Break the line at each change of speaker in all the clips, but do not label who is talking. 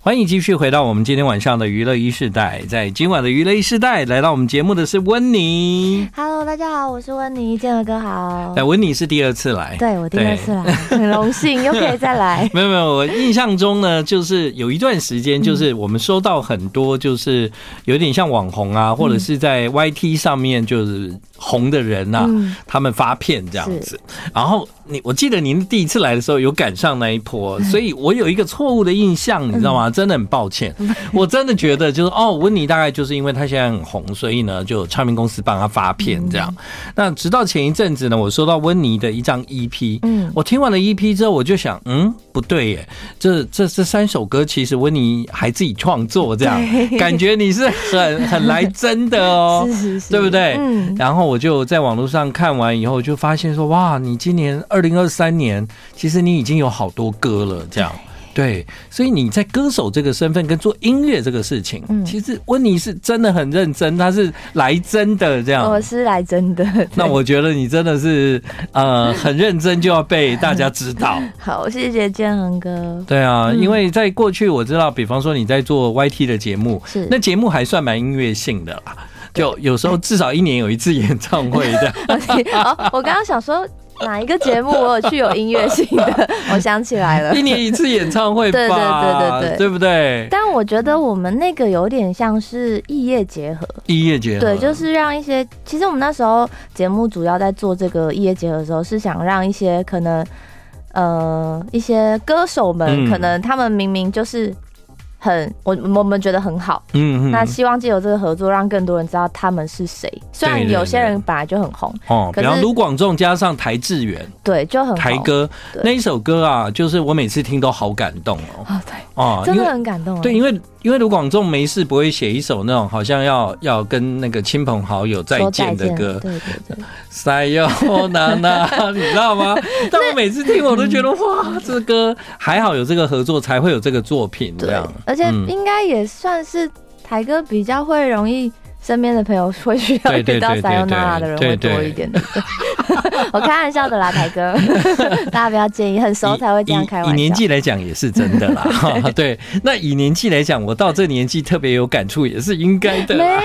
欢迎继续回到我们今天晚上的娱乐一世代，在今晚的娱乐一世代，来到我们节目的是温妮。
Hello，大家好，我是温妮，建伟哥好
哎，。温妮是第二次来，。
嗯对我第二次来， 很荣幸又可以再来
没有没有，我印象中呢，就是有一段时间，就是我们收到很多，就是有点像网红啊，或者是在 YT 上面就是红的人啊呐、
嗯
他们发片这样子。然后你，我记得您第一次来的时候有赶上那一波，
嗯
所以我有一个错误的印象，你知道吗？真的很抱 歉，我真的觉得就是哦，温妮大概就是因为她现在很红，所以呢，就有唱片公司帮她发片这样。
嗯
那直到前一阵子呢，我收到温妮的一张 EP，
嗯
我听完了 EP 之后，我就想，嗯，不对耶，这这这三首歌其实温妮还自己创作，这样
对
感觉你是很很来真的哦，
是是是
对不对？
嗯
然后我就在网络上看完以后，就发现说，哇，你今年二零二三年，其实你已经有好多歌了，这样。对，所以你在歌手这个身份跟做音乐这个事情，
嗯
其实温妮是真的很认真，她是来真的这样。
我哦是来真的。
那我觉得你真的是呃很认真，就要被大家知 道。
好，谢谢建恒哥。
对啊，
嗯
因为在过去我知道，比方说你在做 YT 的节目，
是
那节目还算蛮音乐性的啦，就有时候至少一年有一次演唱会这样。
哦，我刚刚想说哪一个节目我有去有音乐性的， 我想起来了
一。年一次演唱会吧，
对对对对对
不对？
但我觉得我们那个有点像是异业结合，
一夜结合，嗯
对，就是让一些，其实我们那时候节目主要在做这个异业结合的时候，是想让一些可能，呃，一些歌手们，
嗯
可能他们明明就是很，我我们觉得很好，
嗯
那希望借由这个合作，让更多人知道他们是谁。虽然
对对
有些
对
人本来就很红，
哦，
可
比
是
方卢广仲加上邰智源、
对，就很
台
红
哥
对
那一首歌啊，就是我每次听都好感动哦
啊，对，
哦，
真
因
的
为
很感动啊。
对，因为因为卢广仲没事不会写一首那种好像要要跟那个亲朋好友再
说
见的歌，
对对对，
塞哟娜 娜，你知道吗？但我每次听我都觉得
嗯
哇，这歌还好有这个合作，才会有这个作品这
对
样。，
而且
嗯
应该也算是台哥比较会容易。身边的朋友会需要
对对
遇到
对对
塞欧娜拉的人
对
会
对
多一点，对对 我开玩笑的啦，台哥，大家不要介意，很熟才会这样
以
开
以以
玩
年
笑。
纪来讲也是真 的啦，哈对。那以年纪来讲，我到这年纪特别有感触，也是应该的
没啊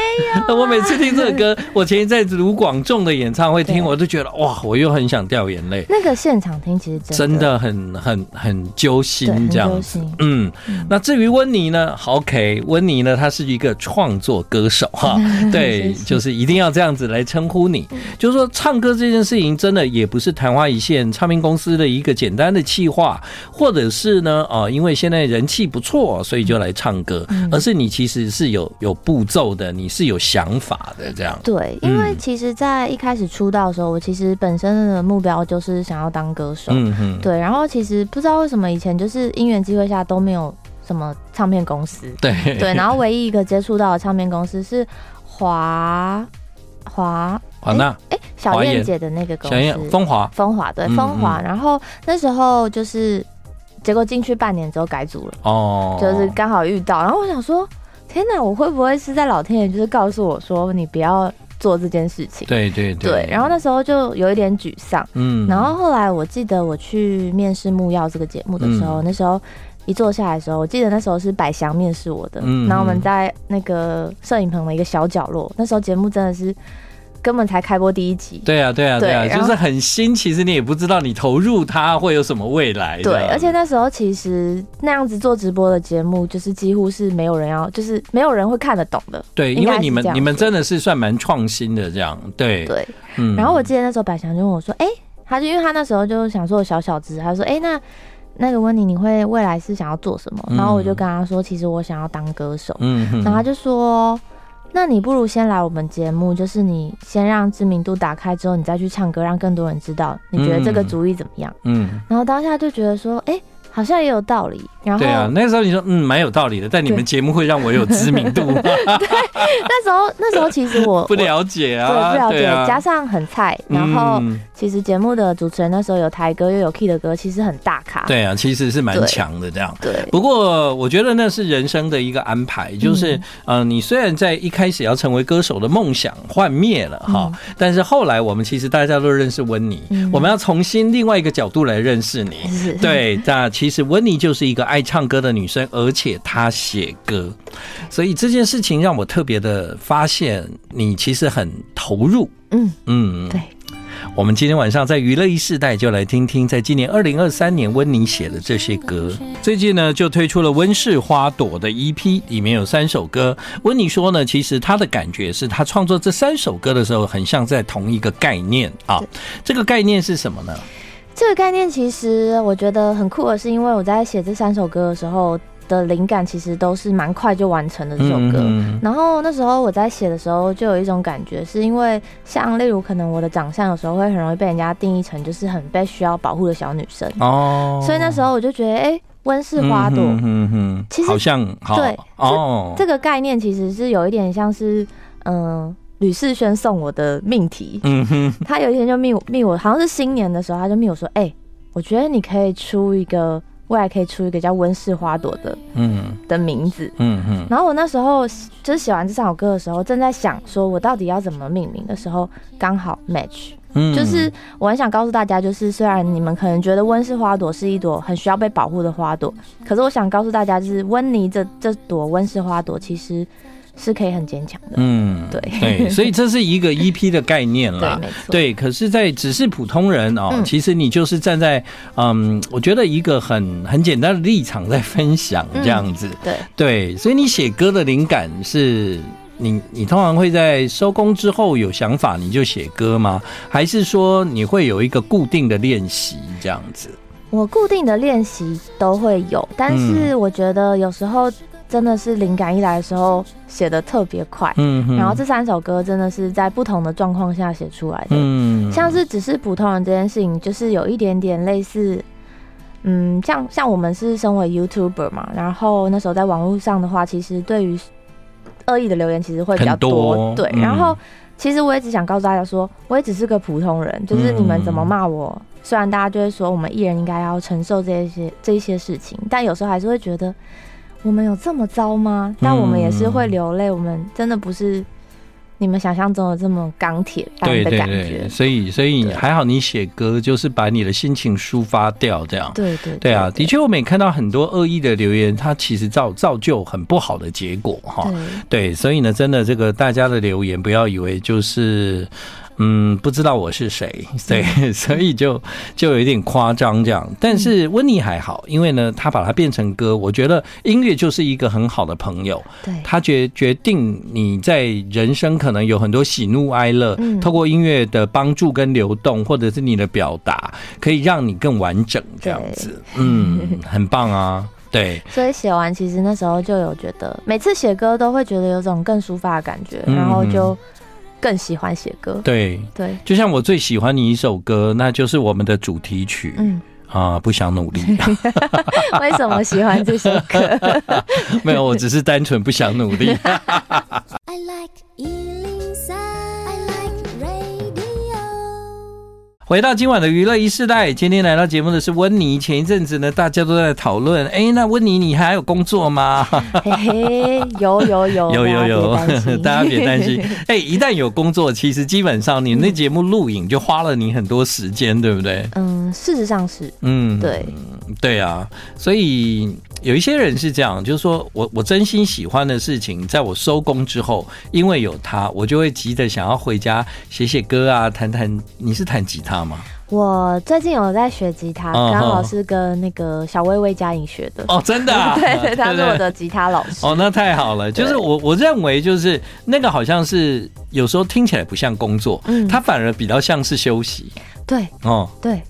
啦。我每次听这个 歌，我前一阵子卢广仲的演唱会听，
对
我都觉得哇，我又很想掉眼泪，
那个现场听其实真
真
的
的很很很揪
对
心
很
这样
揪
子。
心，
嗯，那至于温妮呢好？OK，温妮呢，她是一个创作歌手哈，
嗯
对，就是一定要这样子来称呼你。就是说，唱歌这件事情真的也不是昙花一现，唱片公司的一个简单的企划，或者是呢，哦，因为现在人气不错，所以就来唱歌，
嗯
而是你其实是有有步骤的，你是有想法的这样。
对，因为
嗯
其实，在一开始出道的时候，我其实本身的目标就是想要当歌手。
嗯哼，
对，然后其实不知道为什么以前就是因缘机会下都没有什么唱片公司。
对
对，然后唯一一个接触到的唱片公司是华华
好，那
哎、小
华
燕
研
姐的那个公
小燕
司，
风华，
风华对
嗯
风华。然后那时候就是，结果进去半年之后改组了，
哦，
就是刚好遇到，然后我想说，天哪，我会不会是在老天爷就是告诉我说你不要做这件事情？
对对
对，然后那时候就有一点沮丧。
嗯
然后后来我记得我去面试木曜这个节目的时候，
嗯
那时候一坐下来的时候，我记得那时候是百祥面试我的，
嗯
然后我们在那个摄影棚的一个小角落，那时候节目真的是根本才开播第一集。
对啊，对啊，对
对
啊，
然
就
后
是很新，其实你也不知道你投入它会有什么未来。
对
这，样
而且那时候其实那样子做直播的节目，就是几乎是没有人要，就是没有人会看得懂的。
对，
应
因
该
为你们
是这样
你们真的是算蛮创新的这样，对，
对，
嗯
然后我记得那时候百祥就问我说：“哎、他就因为他那时候就想说我小小只，他说：‘哎、那那个温妮，你会未来是想要做什么？’
嗯
然后我就跟他说：‘其实我想要当歌手。
嗯哼
然后他就说：‘那你不如先来我们节目，就是你先让知名度打开之后，你再去唱歌，让更多人知道。你觉得这个主意怎么样？’
嗯，
然后当下就觉得说：‘哎、好像也有道理。’然后
对啊，那时候你说嗯蛮有道理的，但你们
对
节目会让我有知名度 吗？
那时候那时候其实 我
不了解
我对
啊，
不了解，
对啊
加上很菜，然后
嗯
其实节目的主持人那时候有台歌又有 Key 的歌，其实很大咖。
对啊，其实是蛮
对
强的这样。
对，
不过，我觉得那是人生的一个安排，就是，呃，你虽然在一开始要成为歌手的梦想幻灭了哈，但是后来我们其实大家都认识温妮，
嗯
我们要重新另外一个角度来认识你。
是
对，那其实温妮就是一个爱唱歌的女生，而且她写歌，所以这件事情让我特别的发现，你其实很投入。
嗯，
嗯，
对。
我们今天晚上在娱乐一世代就来听听，在今年二零二三年温妮写的这些歌。最近呢，就推出了《温室花朵》的 EP，里面有三首歌。温妮说呢，其实她的感觉是她创作这三首歌的时候，很像在同一个概念啊。这个概念是什么呢？
这个概念其实我觉得很酷的是，因为我在写这三首歌的时候的灵感其实都是蛮快就完成的这首歌。
嗯
然后那时候我在写的时候，就有一种感觉，是因为像例如可能我的长相有时候会很容易被人家定义成就是很被需要保护的小女生，
哦，
所以那时候我就觉得，哎、温室花朵、
嗯哼哼
其实
好像好
对
哦，
这个概念其实是有一点像是，嗯、吕世轩送我的命 题，
嗯哼，
他有一天就密我密我，好像是新年的时候，他就密我说，哎、我觉得你可以出一个未来可以出一个叫温室花朵的
嗯
的名字。
嗯哼，
然后我那时候就是写完这首歌的时候，正在想说我到底要怎么命名的时候，刚好 match。
嗯
就是我很想告诉大家，就是虽然你们可能觉得温室花朵是一朵很需要被保护的花朵，可是我想告诉大家，就是温妮这这朵温室花朵其实是可以很坚强的。
嗯
对
对，所以这是一个 EP 的概念
对，
啦。
没错。
嗯啊对，可是，在只是普通人哦，
嗯
其实你就是站在嗯，我觉得一个很很简单的立场在分享
嗯
这样子。
对
对，所以你写歌的灵感是你你通常会在收工之后有想法你就写歌吗？还是说你会有一个固定的练习这样子？
我固定的练习都会有，但是
嗯
我觉得有时候真的是灵感一来的时候写的特别快。
嗯哼
然后这三首歌真的是在不同的状况下写出来的，
嗯
像是只是普通人这件事情，就是有一点点类似，嗯，像像我们是身为 YouTuber 嘛，然后那时候在网络上的话，其实对于恶意的留言其实会比较
很多
对，
嗯
然后其实我也只想告诉大家说，我也只是个普通人，就是你们怎么骂我，虽然大家就会说我们艺人应该要承受这些这一些事情，但有时候还是会觉得。我们有这么糟
嗯
吗？但我们也是会流泪，我们真的不是你们想象中的这么钢铁般
对
的
对
感觉。
对，所以所以
对
还好你写歌就是把你的心情抒发掉这样。
对对
对啊，的确，我们也看到很多恶意的留言，它其实造造就很不好的结果哈。
对，
对，所以呢，真的这个大家的留言，不要以为就是。嗯，不知道我是谁，对，所以就就有一点夸张这样。但是温妮还好，因为呢，她把它变成歌，我觉得音乐就是一个很好的朋友，
对
它决决定你在人生可能有很多喜怒哀乐，
嗯
透过音乐的帮助跟流动，或者是你的表达，可以让你更完整这样子。嗯，很棒啊， 对，
所以写完其实那时候就有觉得，每次写歌都会觉得有种更抒发的感觉，
嗯
然后就更喜欢写歌。
对，
对，
就像我最喜欢你一首歌，那就是我们的主题曲
嗯，
啊、不想努力，
为什么喜欢这首歌？
没有，我只是单纯不想努 力。
I like Ealing Sound. I like radio.
回到今晚的娱乐一世代，今天来到节目的是温妮。前一阵子呢，大家都在讨论，哎、那温妮你还有工作吗？
嘿嘿，有有有
有有有， 大
哦大
家
家
别
别
担
担
心
心。
哎、一旦有工作，其实基本上你那节目录影就花了你很多时间，对不对？
嗯，事实上是
嗯，
对，
对啊，所以有一些人是这样，就是说我我真心喜欢的事情，在我收工之后，因为有它，我就会急着想要回家写写歌啊，弹弹。你是弹吉他 吗？
我最近有在学吉他，
哦
刚好是跟那个小薇薇佳颖学的。，
哦，真的、啊
对对，她是我
不
的吉他老师。
哦，那太好了。就是我我认为，就是那个好像是有时候听起来不像工作，
嗯
它反而比较像是休息
对
哦，
对，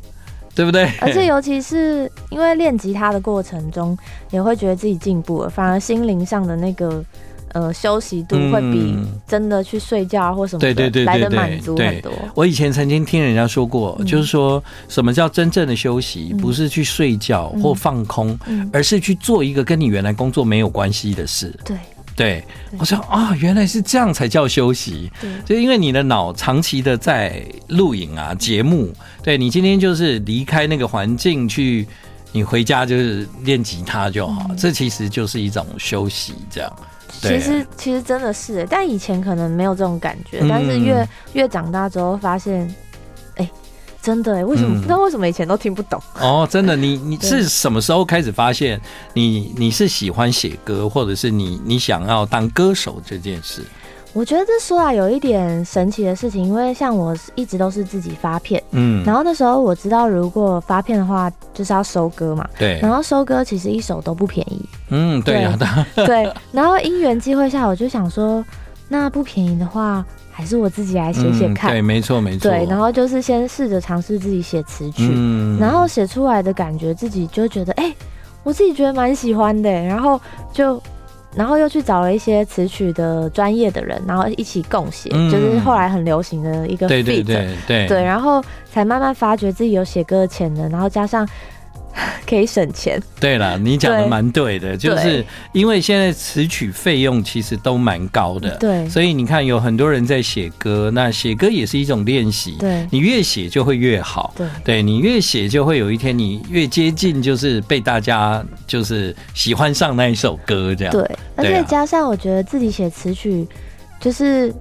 对不对？
而且尤其是因为练吉他的过程中，也会觉得自己进步了，反而心灵上的那个呃休息度会比
嗯
真的去睡觉啊或什么的
对对对对
来的
对
满足很多。
我以前曾经听人家说过，
嗯
就是说什么叫真正的休息，不是去睡觉或放空，
嗯
而是去做一个跟你原来工作没有关系的事。
对
对，我说啊、原来是这样才叫休息。
对
就因为你的脑长期的在录影
嗯
啊、节目，对你今天就是离开那个环境去，你回家就是练吉他就
嗯
好，这其实就是一种休息，这样。对
其实其实真的是，欸但以前可能没有这种感觉，但是
嗯
越越长大之后发现，哎、真的哎，为什
嗯
么、不知道为什么以前都听不懂？
哦，真的，你你
对
是什么时候开始发现你你是喜欢写歌，或者是你你想要当歌手这件事？
我觉得这说来有一点神奇的事情，因为像我一直都是自己发片，
嗯，
然后那时候我知道如果发片的话就是要收歌嘛，
对，
然后收歌其实一首都不便 宜，
嗯，对呀、啊，
对，然后因缘机会下，我就想说，那不便宜的话，还是我自己来写写
嗯
看。
对，没错没错，
对，然后就是先试着尝试自己写词曲，
嗯
然后写出来的感觉，自己就觉得，哎、我自己觉得蛮喜欢的，然后就。然后又去找了一些词曲的专业的人，然后一起共写，
嗯
就是后来很流行的一个
对
feat，
对哎对对
对，然后才慢慢发觉自己有写歌的潜能，然后加上 可以省钱，
对了，你讲的蛮对的，就是因为现在词曲费用其实都蛮高的，
对
呃所以你看有很多人在写歌，那写歌也是一种练习，
对
你越写就会越好。
对
对你越写，就会有一天你越接近，就是被大家就是喜欢上那一首歌这样。
对，而
对啊
且加上我觉得自己写词曲，就是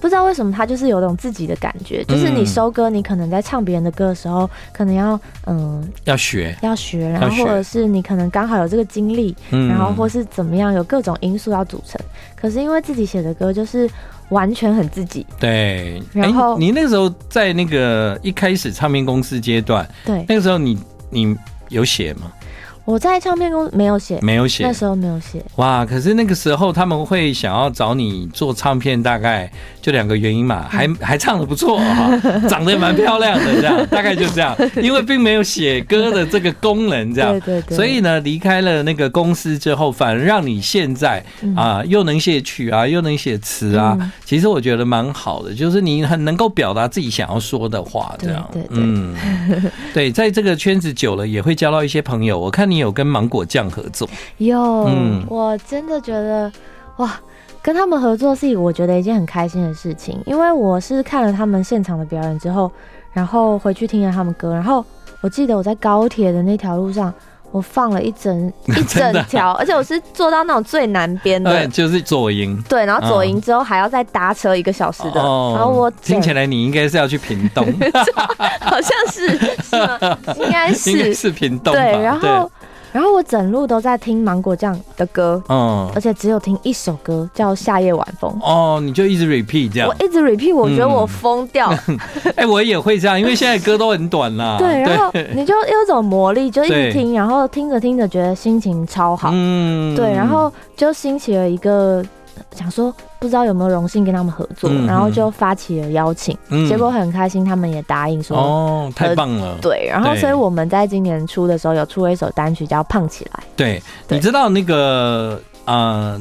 不知道为什么它就是有种自己的感觉，就是你
嗯
收歌，你可能在唱别人的歌的时候，可能要嗯
要学，
要学，然
要
后
学
或者是你可能刚好有这个经历，
嗯
然后或是怎么样，有各种因素要组成。可是因为自己写的歌就是完全很自己，
对。
然
哎
后
你那个时候在那个一开始唱片公司阶段，
对，
那个时候你你有写吗？
我在唱片公司没有写，
没有写，
那时候没有写，
哇！可是那个时候他们会想要找你做唱片，大概就两个原因
嗯
嘛，还还唱的不错哈、长得也蛮漂亮的，这样大概就这 样，因为并没有写歌的这个功能，这样
对。对对，
所以呢，离开了那个公司之后，反而让你现在
嗯
啊、又能写曲啊，又能写词啊，
嗯
其实我觉得蛮好的，就是你很能够表达自己想要说的话，这样。
对对对
嗯， 对，在这个圈子久了，也会交到一些朋友。我看你有跟芒果酱合作，
有，
嗯
我真的觉得哇，跟他们合作是我觉得一件很开心的事情，因为我是看了他们现场的表演之后，然后回去听了他们歌，然后我记得我在高铁的那条路上。我放了 一整一整条，而且我是坐到那种最南边
对，
的，
呃就是左营。
对，然后左营之后还要再搭车一个小时的，然后我
哦听起
来
来你应该是要去屏 东，
好像是是吗？ 应该
应该
是
是屏东吧？
对，然后然后我整路都在听芒果酱的歌，
对，嗯
而，且只有听一首歌叫《夏夜晚风》。
哦，你就一直 repeat 这样
我。一直 repeat，我觉得
嗯
我疯 掉。
哎，我也会这样，因为现在歌都很短啦。
对，然后你就有一种魔 力，就一
对
直听，然后听着听着觉得心情超好。
嗯
对，然后就兴起了一个想说，不知道有没有荣幸跟他们合作，
嗯
然后就发起了邀请，
嗯
结果很开心，他们也答应说。
哦，太棒了。
对，然后
对
所以我们在今年初的时候有出了一首单曲叫《胖起来
对，
对
你知道那个呃，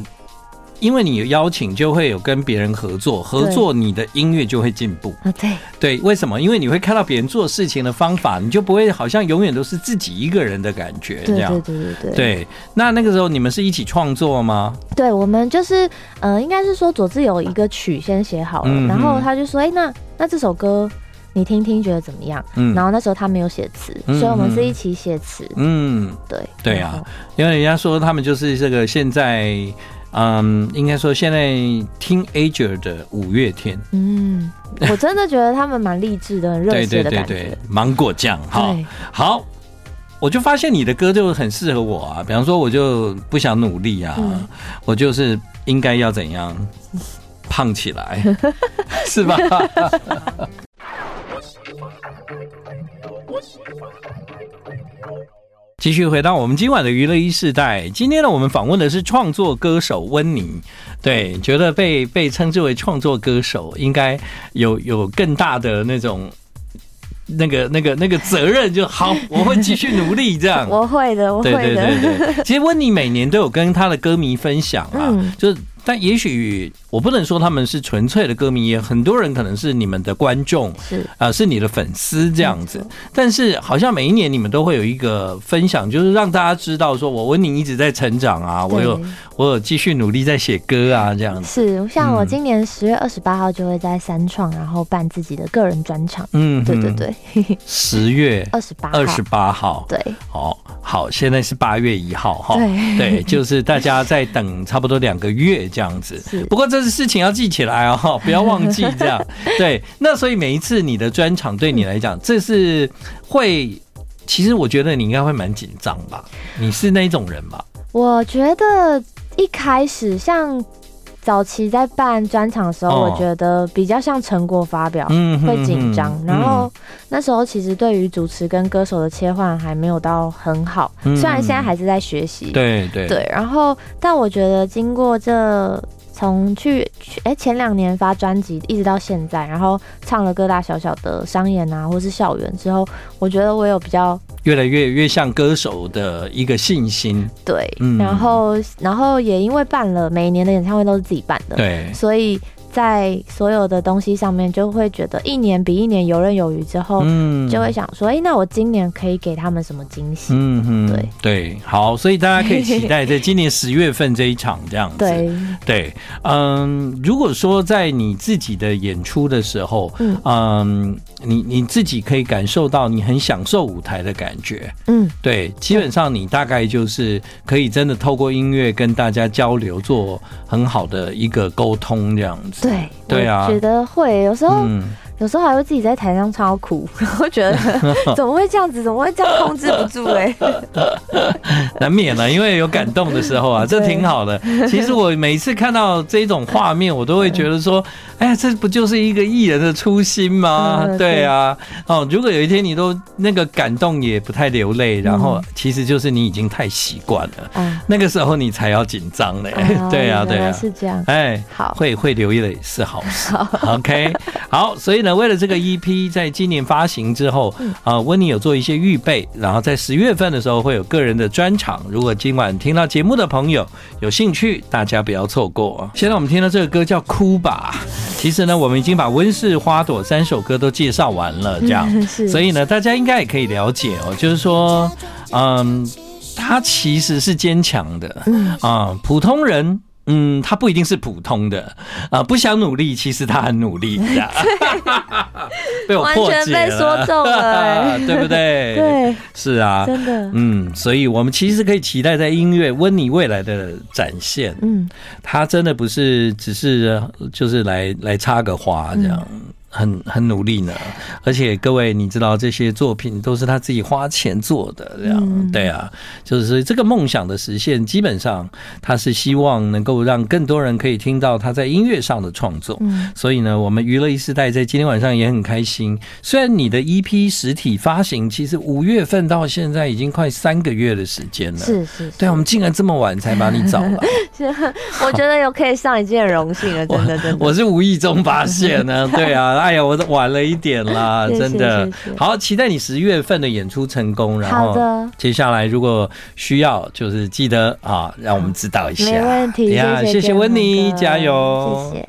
因为你有邀请，就会有跟别人合作，合作你的音乐就会进步。》
啊，对，
对，为什么？因为你会看到别人做事情的方法，你就不会好像永远都是自己一个人的感觉这
对
样
对。对对对，
对，那那个时候你们是一起创作吗？
对，我们就是呃，应该是说佐治有一个曲先写好了，
嗯
然后
嗯
他就说，哎、那那这首歌你听听觉得怎么样？
嗯
然后那时候他没有写词，
嗯
所以我们
嗯
是一起写词。
嗯，
对
对啊，因为人家说他们就是这个现在，嗯，应该说现在 teenager 的五月天，
嗯，我真的觉得他们蛮励志的，很热
对
血
对
的
对
感
对
觉。，
芒果酱，好
对
好。我就发现你的歌就很适合我啊，比方说我就不想努力啊，
嗯
我就是应该要怎 样胖起来， 是吧？继续回到我们今晚的娱乐一世代，今天呢，我们访问的是创作歌手温妮。对，觉得被被称之为创作歌手，应该有有更大的那种。那个、那个、那个责任就好，我会继续努力这 样。
我会的，我会
对
的。
对对 对，其实温妮每年都有跟她的歌迷分享啊，
嗯
就是但也许我不能说他们是纯粹的歌迷，也很多人可能是你们的观众
是
啊、是你的粉丝这样子。，但是好像每一年你们都会有一个分享，就是让大家知道说我温妮一直在成长啊，
没错
我有
对
我有继续努力在写歌啊这样子。
是像我
嗯
今年十月二十八号就会在三创，然后办自己的个人专场。
嗯，
对对，对，
十月
二十八号，
二十八号，
对
好好，现在是八月一号哈。
对
对，就是大家在等差不多两个月这样子。
是
不过这事情要记起来哦， 不要忘记这 样。对，那所以每一次你的专场对你来讲，这是会，其实我觉得你应该会蛮紧张吧？你是那一种人吧？
我觉得一开始像早期在办专场的时候，
哦
我觉得比较像成果发表。
嗯
会紧张，然后
嗯
那时候其实对于主持跟歌手的切换还没有到很好，
嗯
虽然现在还是在学习，
对对
对，然后但我觉得经过这从去去哎前两年发专辑一直到现在，然后唱了各大小小的商演啊或是校园之后，我觉得我有比较
越来越越像歌手的一个信心。
对，
嗯
然后然后也因为办了每一年的演唱会都是自己办的，
对，
所以在所有的东西上面就会觉得一年比一年游刃有余之后。
嗯
哦就会想说，哎、那我今年可以给他们什么惊喜？
嗯哼，
对
对，好，所以大家可以期 待在今年十月份这一场这样子。
对，
对，嗯，如果说在你自己的演出的时候，
嗯
嗯，你你自己可以感受到你很享受舞台的感觉，
嗯，
对，基本上你大概就是可以真的透过音乐跟大家交流，做很好的一个沟通这样子。
对，
对啊
我觉得会，有时候、
嗯，
有时候还会自己在台上唱到哭， 然后 觉得怎么会这样子，怎么会这样控制不住、哎，
难免了，因为有感动的时候啊，这
对
挺好的。其实我每一次看到这种画面，我都会觉得说，哎呀，这不就是一个艺人的初心 吗？
嗯
对啊，哦，如果有一天你都那个感动也不太流泪，然后其实就是你已经太习惯了，
啊，
那个时候你才要紧张嘞。 对啊，对
原来
啊，
是这样。
哎。
好，
会会留意的是好事 ，OK，好，所以呢，为了这个 EP 在今年发行之后，
嗯
啊，温妮有做一些预备，然后在十月份的时候会有个人的专场，如果今晚听到节目的朋友有兴趣，大家不要错过啊。现在我们听到这个歌叫《哭吧》，其实呢，我们已经把《温室花朵》三首歌都介绍完了，这 样，
是，
所以呢，大家应该也可以了解哦，就是说，嗯，他其实是坚强的，
嗯
啊、普通人。嗯，他不一定是普通的，啊、不想努力，其实他很努力 的，被我破
完
解
全被说中了
对不对？，
对，
是啊，
真的，
嗯，所以我们其实可以期待在音乐温妮未来的展现，
嗯，
他真的不是只是就是来来插个花这样。很很努力呢，而且各位，你知道这些作品都是他自己花钱做的，这样、
嗯
对啊，就是这个梦想的实现，基本上他是希望能够让更多人可以听到他在音乐上的创作。
嗯
所以呢，我们娱乐一时代在今天晚上也很开心。虽然你的 EP 实体发行，其实五月份到现在已经快三个月的时间了，
是是，
对啊，我们竟然这么晚才把你找来。
是，我觉得有可以上一件荣幸了，真的真的，
我是无意中发现 呢，对啊，哎呀，我晚了一点啦，
谢谢
真的
谢。谢
好，期待你十月份的演出成功，然
好
后
的，
接下来如果需要，就是记得啊，让我们知道一下。
没问题，
呀
谢
谢
谢
谢温妮，
哥
加油，
谢谢。